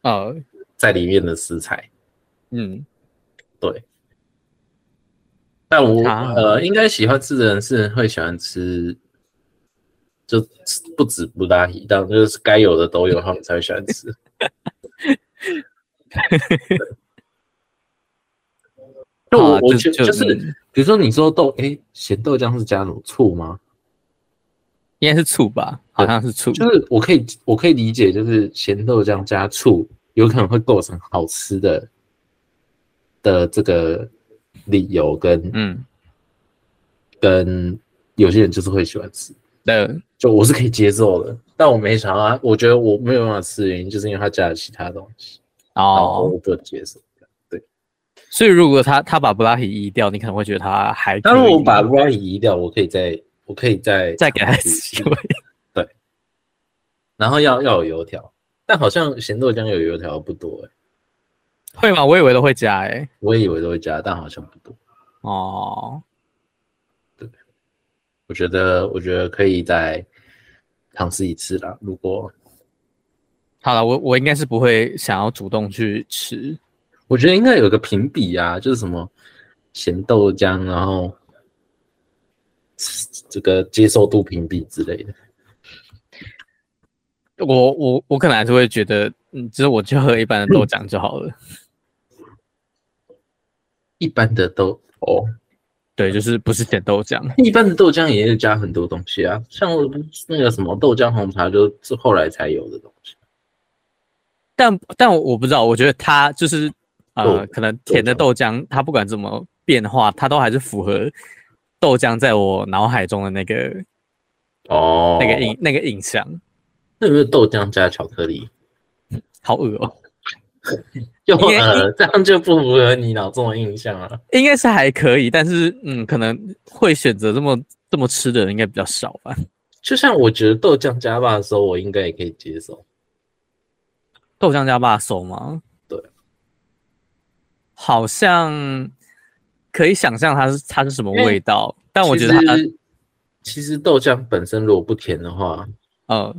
Speaker 2: 呃，
Speaker 1: 在里面的食材。
Speaker 2: 嗯，
Speaker 1: 但我、
Speaker 2: 啊
Speaker 1: 呃，应该喜欢吃的人是会喜欢吃，就吃不止布拉提，当然就是该有的都有，他们才会喜欢 *laughs* 吃。就我
Speaker 2: 啊
Speaker 1: 我觉得就是，
Speaker 2: 嗯
Speaker 1: 比如说你说豆，哎、咸豆浆是加什么醋吗？
Speaker 2: 应该是醋吧，好像是醋，
Speaker 1: 就是我可以我可以理解，就是咸豆浆加醋有可能会构成好吃的的这个理由跟、
Speaker 2: 嗯
Speaker 1: 跟有些人就是会喜欢吃。
Speaker 2: 的
Speaker 1: 就我是可以接受的，但我没想到它，我觉得我没有办法吃的原因，就是因为它加了其他东西，然后
Speaker 2: 哦。
Speaker 1: 我不能接受。
Speaker 2: 所以如果他他把布拉提移掉，你可能会觉得他还可以。
Speaker 1: 但如果我把 r 移掉，我可以再，我可以再
Speaker 2: 再给他一次机会，
Speaker 1: 然后要要有油条，但好像咸豆浆有油条不多、欸、
Speaker 2: 会吗？我以为都会加欸诶、
Speaker 1: 我也以为都会加，但好像不多。
Speaker 2: 哦，
Speaker 1: 我觉得我觉得可以再尝试一次啦。如果
Speaker 2: 好了，我我应该是不会想要主动去吃，
Speaker 1: 我觉得应该有个评比啊，就是什么咸豆浆，然后这个接受度评比之类的。
Speaker 2: 我我我可能还是会觉得，嗯，就是我就喝一般的豆浆就好了。
Speaker 1: 一般的豆哦，
Speaker 2: 对，就是不是甜豆浆，
Speaker 1: 一般的豆浆也是加很多东西啊，像那个什么豆浆红茶，就是后来才有的东西。
Speaker 2: 但但我我不知道，我觉得它就是呃
Speaker 1: 豆，
Speaker 2: 可能甜的豆浆，它不管怎么变化，它都还是符合豆浆在我脑海中的那个、
Speaker 1: 哦，
Speaker 2: 那个印那个印象。
Speaker 1: 那有没有豆浆加巧克力？ *laughs*
Speaker 2: 好恶哦、
Speaker 1: 就
Speaker 2: 应该
Speaker 1: 呃，这样就不符合你脑中的印象啊。
Speaker 2: 应该是还可以，但是嗯，可能会选择这么这么吃的人应该比较少吧。
Speaker 1: 就像我觉得豆浆加辣的时候，我应该也可以接受。
Speaker 2: 豆浆加辣手吗？
Speaker 1: 对，
Speaker 2: 好像可以想象它是它是什么味道，但我觉得
Speaker 1: 哎其
Speaker 2: 它
Speaker 1: 实其实豆浆本身如果不甜的话，
Speaker 2: 呃，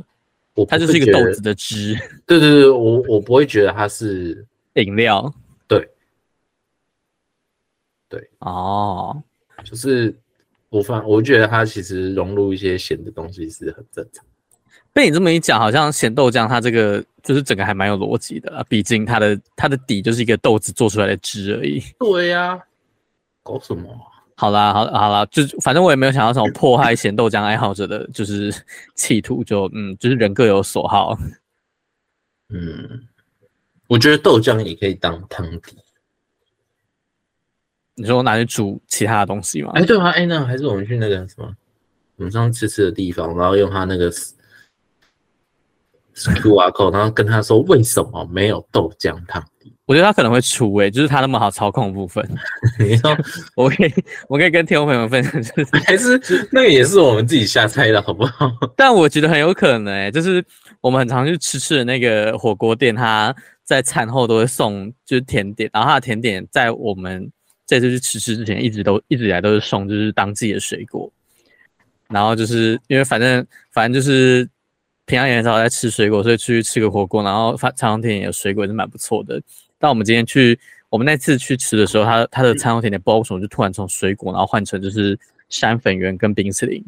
Speaker 1: 我不
Speaker 2: 它就是
Speaker 1: 会
Speaker 2: 一
Speaker 1: 觉
Speaker 2: 个豆
Speaker 1: 得
Speaker 2: 子。的汁
Speaker 1: 对对对，我我不会觉得它是
Speaker 2: 饮料。
Speaker 1: 对，对，
Speaker 2: 哦，
Speaker 1: 就是我反我觉得它其实融入一些咸的东西是很正常。
Speaker 2: 被你这么一讲，好像咸豆浆它这个就是整个还蛮有逻辑的啦，毕竟它的它的底就是一个豆子做出来的汁而已。
Speaker 1: 对呀、搞什么啊、
Speaker 2: 好啦，好好啦，就是反正我也没有想要什么迫害咸豆浆爱好者的，就是企图就，嗯，就是人各有所好。
Speaker 1: 嗯，我觉得豆浆也可以当汤底。
Speaker 2: 你说我拿去煮其他的东西吗？
Speaker 1: 哎，对啊，哎，那还是我们去那个什么，我们上次吃的地方，然后用他那 *laughs* 个 s- QR code，然后跟他说为什么没有豆浆汤 *laughs* 底？
Speaker 2: 我觉得他可能会出诶、就是他那么好操控的部分，
Speaker 1: 你说
Speaker 2: 我可以我可以跟听众朋友们分享，就是，
Speaker 1: 还 *laughs* 是那个也是我们自己瞎猜的，好不好？
Speaker 2: 但我觉得很有可能诶、就是我们很常去吃吃的那个火锅店，它在餐后都会送就是甜点，然后它的甜点在我们这次去吃吃之前，一直都一直以来都是送就是当季的水果，然后就是因为反正反正就是平常也很少在吃水果，所以出去吃个火锅，然后发长甜点有水果也是蛮不错的。但我们今天去，我们那次去吃的时候，它它的餐后甜点不知道为什么就突然从水果，然后换成就是山粉圆跟冰淇淋。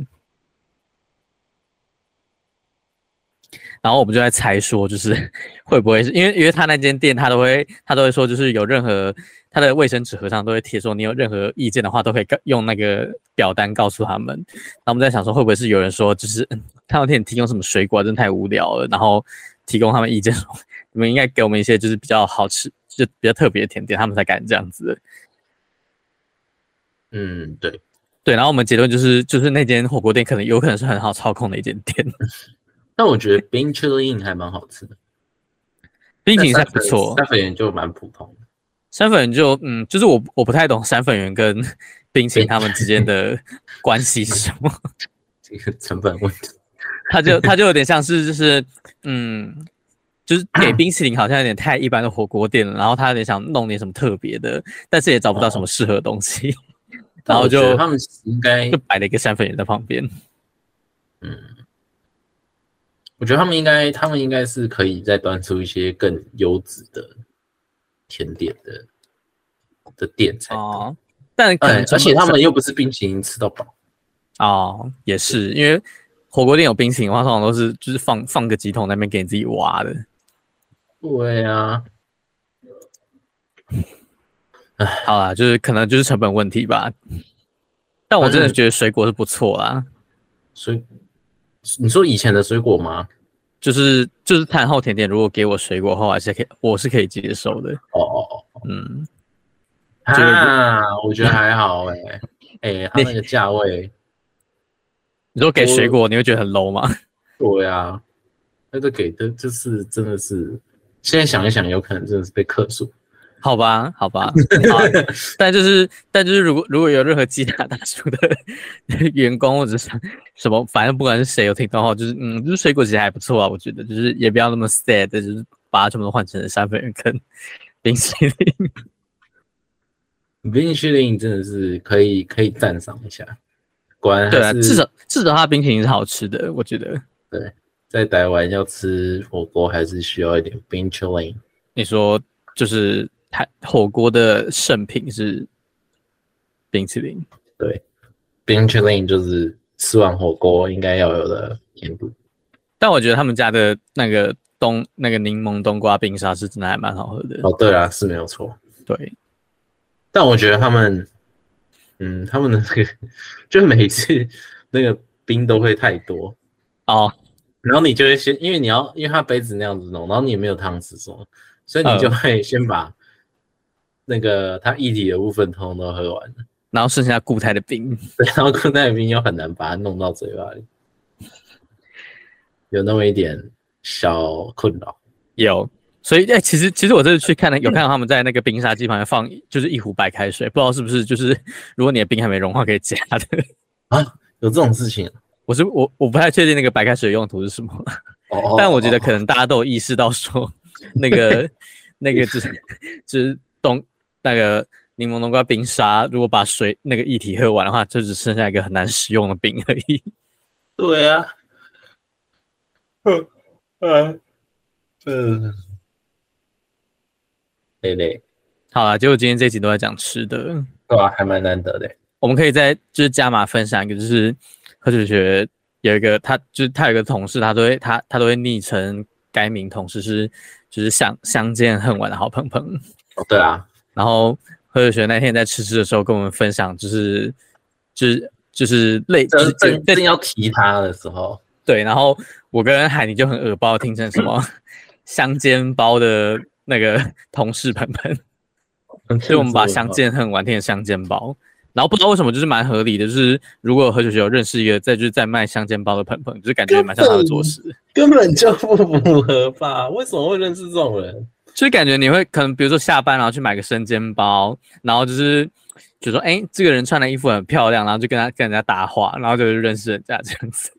Speaker 2: 然后我们就在猜说，就是 *laughs* 会不会是因为因为他那间店他都会他都会说，就是有任何他的卫生纸盒上都会贴说，你有任何意见的话都可以告用那个表单告诉他们。那我们在想说，会不会是有人说，就是嗯他们店提供什么水果啊真的太无聊了，然后提供他们意见说， *laughs* 你们应该给我们一些就是比较好吃、就比较特别的甜点，他们才敢这样子。
Speaker 1: 嗯，对，
Speaker 2: 对，然后我们结论就是，就是那间火锅店可能有可能是很好操控的一间店， *laughs*
Speaker 1: 但我觉得冰淇淋还蛮好吃的，
Speaker 2: 冰淇淋
Speaker 1: 但
Speaker 2: 还不错，
Speaker 1: 三粉圆就蛮普通的。
Speaker 2: 山粉圆就嗯，就是我我不太懂山粉圆跟 *laughs* 冰淇淋他们之
Speaker 1: *laughs*
Speaker 2: 间的关系是什么，
Speaker 1: 这个成本问题，
Speaker 2: 它就它就有点像是就是嗯，就是给冰淇淋好像有点太一般的火锅店了，然后他有点想弄点什么特别的，但是也找不到什么适合的东西，
Speaker 1: 哦
Speaker 2: *laughs* 然后
Speaker 1: 但我觉得
Speaker 2: 就
Speaker 1: 他们应该
Speaker 2: *laughs* 就，摆了一个山粉圆在
Speaker 1: *laughs*
Speaker 2: 旁边。
Speaker 1: 我觉得他们应该，他们应该是可以再端出一些更优质的甜点的的店才对
Speaker 2: 哦，但可
Speaker 1: 哎
Speaker 2: 能，
Speaker 1: 而
Speaker 2: 成
Speaker 1: 且
Speaker 2: 本
Speaker 1: 他们又不是冰淇淋吃到饱，
Speaker 2: 哦也是因为火锅店有冰淇淋的话，通常都是就是放放个几桶在那边给你自己挖的。
Speaker 1: 对啊，
Speaker 2: 好啦，就是可能就是成本问题吧。但我真的觉得水果是不错啦，
Speaker 1: 所以你说以前的水果吗？
Speaker 2: 就是就是餐后甜点，如果给我水果的话，我还是可以，我是可以接受的。
Speaker 1: 哦哦哦，
Speaker 2: 嗯，这个
Speaker 1: 啊，我觉得还好哎、哎、它那个价位，
Speaker 2: 你说给水果，你会觉得很 low 吗？ *laughs*
Speaker 1: 对啊，那个给的就是真的是，现在想一想，有可能真的是被克数。
Speaker 2: 好吧，好吧，好但就是但就是，如果如果有任何鸡大大叔的 *laughs* 员工或者是什么，反正不管是谁有听到的话，就是嗯，就是水果其实还不错啊，我觉得就是也不要那么 sad，就是把它全部都换成三粉跟冰淇淋。
Speaker 1: 冰淇淋真的是可以可以赞赏一下，果然
Speaker 2: 对啊，
Speaker 1: 还
Speaker 2: 至
Speaker 1: 是
Speaker 2: 少至少它的冰淇淋是好吃的，我觉得。
Speaker 1: 在台湾要吃火锅，还是需要一点冰淇淋。
Speaker 2: 你说就是它火锅的圣品是冰淇淋，
Speaker 1: 对，冰淇淋就是吃完火锅应该要有的甜度。
Speaker 2: 但我觉得他们家的那个冬那个柠檬冬瓜冰沙是真的还蛮好喝的。
Speaker 1: 哦，对啦，是没有错。
Speaker 2: 对，
Speaker 1: 但我觉得他们，嗯，他们的那个，就是每次那个冰都会太多，
Speaker 2: 哦，
Speaker 1: 然后你就会先，因为你要，因为它杯子那样子弄，然后你也没有汤匙什么，所以你
Speaker 2: 嗯
Speaker 1: 就会先把那个它液体的部分通通都喝完了，
Speaker 2: 然后剩下固态的冰，
Speaker 1: 对然后固态冰又很难把它弄到嘴巴里，有那么一点小困扰。
Speaker 2: 有。所以，哎、其实其实我这次去
Speaker 1: 嗯
Speaker 2: 看了，有看到他们在那个冰沙机旁边放就是一壶白开水，不知道是不是就是如果你的冰还没融化可以加的。
Speaker 1: 有这种事情
Speaker 2: 我是我我不太确定那个白开水用途是什么，
Speaker 1: 哦，哦
Speaker 2: 但我觉得
Speaker 1: 哦
Speaker 2: 可能大家都有意识到说，
Speaker 1: *laughs*
Speaker 2: 那个那个就是就是冬那个柠檬冬瓜冰沙，如果把水那个液体喝完的话，就只剩下一个很难食用的冰而已。 *laughs*
Speaker 1: 对啊，嗯嗯嗯，累累，
Speaker 2: 好了，结果今天这一集都在讲吃的，
Speaker 1: 对啊，还蛮难得的。
Speaker 2: 我们可以再就是加码分享一个，就是何哲学有一个他就是他有一个同事，他都会他他都会昵称该名同事是就是相相见恨晚的好朋朋。
Speaker 1: 哦，对啊，
Speaker 2: 然后何哲学那天在吃吃的时候跟我们分享、就是，就是就是类就
Speaker 1: 正
Speaker 2: 是
Speaker 1: 正
Speaker 2: 对
Speaker 1: 正要提他的时候，
Speaker 2: 对，然后我跟海尼就很耳包听成什么香煎包的那个同事盆盆，所以我
Speaker 1: *laughs*
Speaker 2: 们把相见恨晚天的香煎包。然后不知道为什么，就是蛮合理的，就是如果何九九认识一个在就是在卖香煎包的盆盆，就是感觉蛮像他的做事，
Speaker 1: 根本就不符合吧？为什么会认识这种人？
Speaker 2: 就是感觉你会可能比如说下班然后去买个生煎包，然后就是就说哎、诶这个人穿的衣服很漂亮，然后就跟他跟人家搭话，然后就认识人家这样子。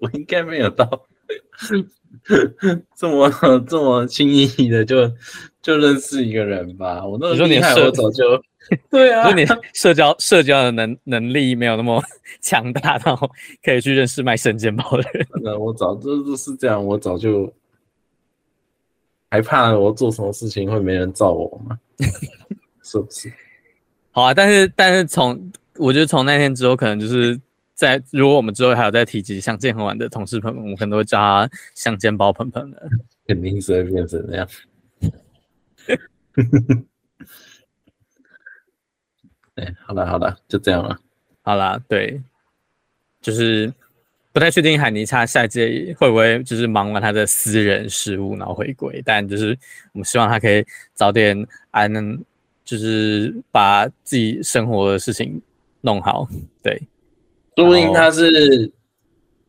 Speaker 1: 我应该没有到这么这么轻易的就就认识一个人吧？我那么
Speaker 2: 你说你
Speaker 1: 厉害，
Speaker 2: 是
Speaker 1: 我早
Speaker 2: *laughs*
Speaker 1: 就对啊，
Speaker 2: 就是你社交社交的能能力没有那么强大到可以去认识卖生煎包的人。
Speaker 1: 那我早就就是这样，我早就还怕我做什么事情会没人罩我吗？ *laughs* 是不是？
Speaker 2: 好啊，但是但是从我觉得从那天之后，可能就是在如果我们之后还有再提及像建恒玩的同事朋友，我们可能都会叫他像煎包盆盆的。
Speaker 1: 肯定是会变成那样。 *laughs* 哎，好了好了，就这样了。
Speaker 2: 好啦，对，就是不太确定海尼差下一届会不会就是忙完他的私人事务然后回归，但就是我们希望他可以早点安，就是把自己生活的事情弄好。对，
Speaker 1: 说不定他是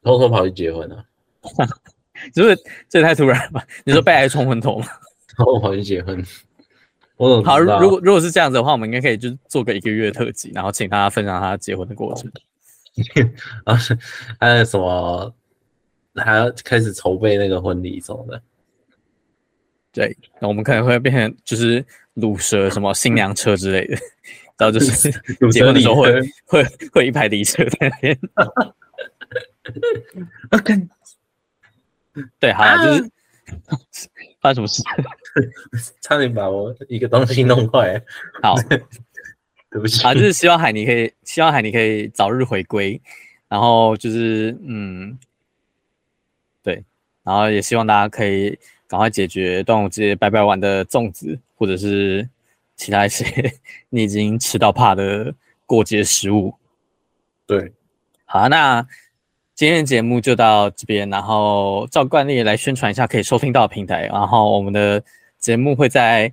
Speaker 1: 偷偷跑去结婚了、啊
Speaker 2: 就是这也太突然了吧？ *laughs* 你说被爱冲昏头吗？
Speaker 1: *laughs* 偷偷跑去结婚。我怎么
Speaker 2: 好，
Speaker 1: 知
Speaker 2: 如
Speaker 1: 道
Speaker 2: 如果如果是这样子的话，我们应该可以就是做个一个月特辑，然后请他分享他结婚的过程。
Speaker 1: 然后是 *laughs* 还有什么，还要开始筹备那个婚礼什么的。
Speaker 2: 对，那我们可能会变成就是卤蛇什么新娘车之类的，然后就是结婚的时候会会 *laughs* 会一排离车在那边。 *laughs* 对，好了，就是 *laughs* 发生什么事？
Speaker 1: *laughs* 差点把我一个东西弄坏 *laughs* 了，
Speaker 2: 好
Speaker 1: 对不起。
Speaker 2: 啊，就是希望海尼可以，希望海尼可以早日回归，然后就是嗯，对，然后也希望大家可以赶快解决端午节拜拜完的粽子，或者是其他一些 *laughs* 你已经吃到怕的过节食物。
Speaker 1: 对，
Speaker 2: 好，那今天的节目就到这边，然后照惯例来宣传一下可以收听到的平台，然后我们的节目会在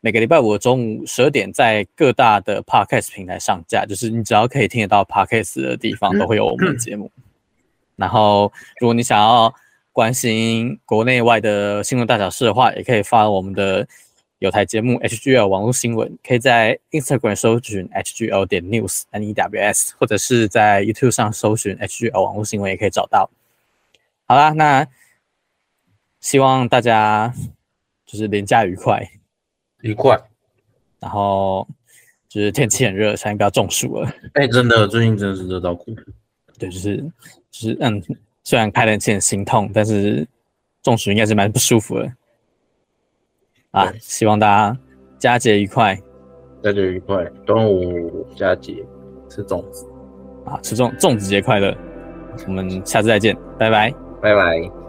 Speaker 2: 每个礼拜五的中午十二点在各大的 podcast 平台上架，就是你只要可以听得到 podcast 的地方都会有我们的节目。然后，如果你想要关心国内外的新闻大小事的话，也可以发我们的有台节目 HGL 网络新闻，可以在 Instagram 搜寻 HGL 点 news n e w s，或者是在 YouTube 上搜寻 HGL 网络新闻也可以找到。好啦，那希望大家就是廉假愉快，
Speaker 1: 愉快，
Speaker 2: 然后就是天气很热，差点被他中暑了。
Speaker 1: 哎、真的，最近真的是热到哭。
Speaker 2: 对，就是就是嗯，虽然开冷气很心痛，但是中暑应该是蛮不舒服的。啊，希望大家佳节愉快
Speaker 1: 大家愉快，端午佳节吃粽子，
Speaker 2: 啊，吃粽粽子节快乐，我们下次再见，拜拜。
Speaker 1: 拜拜。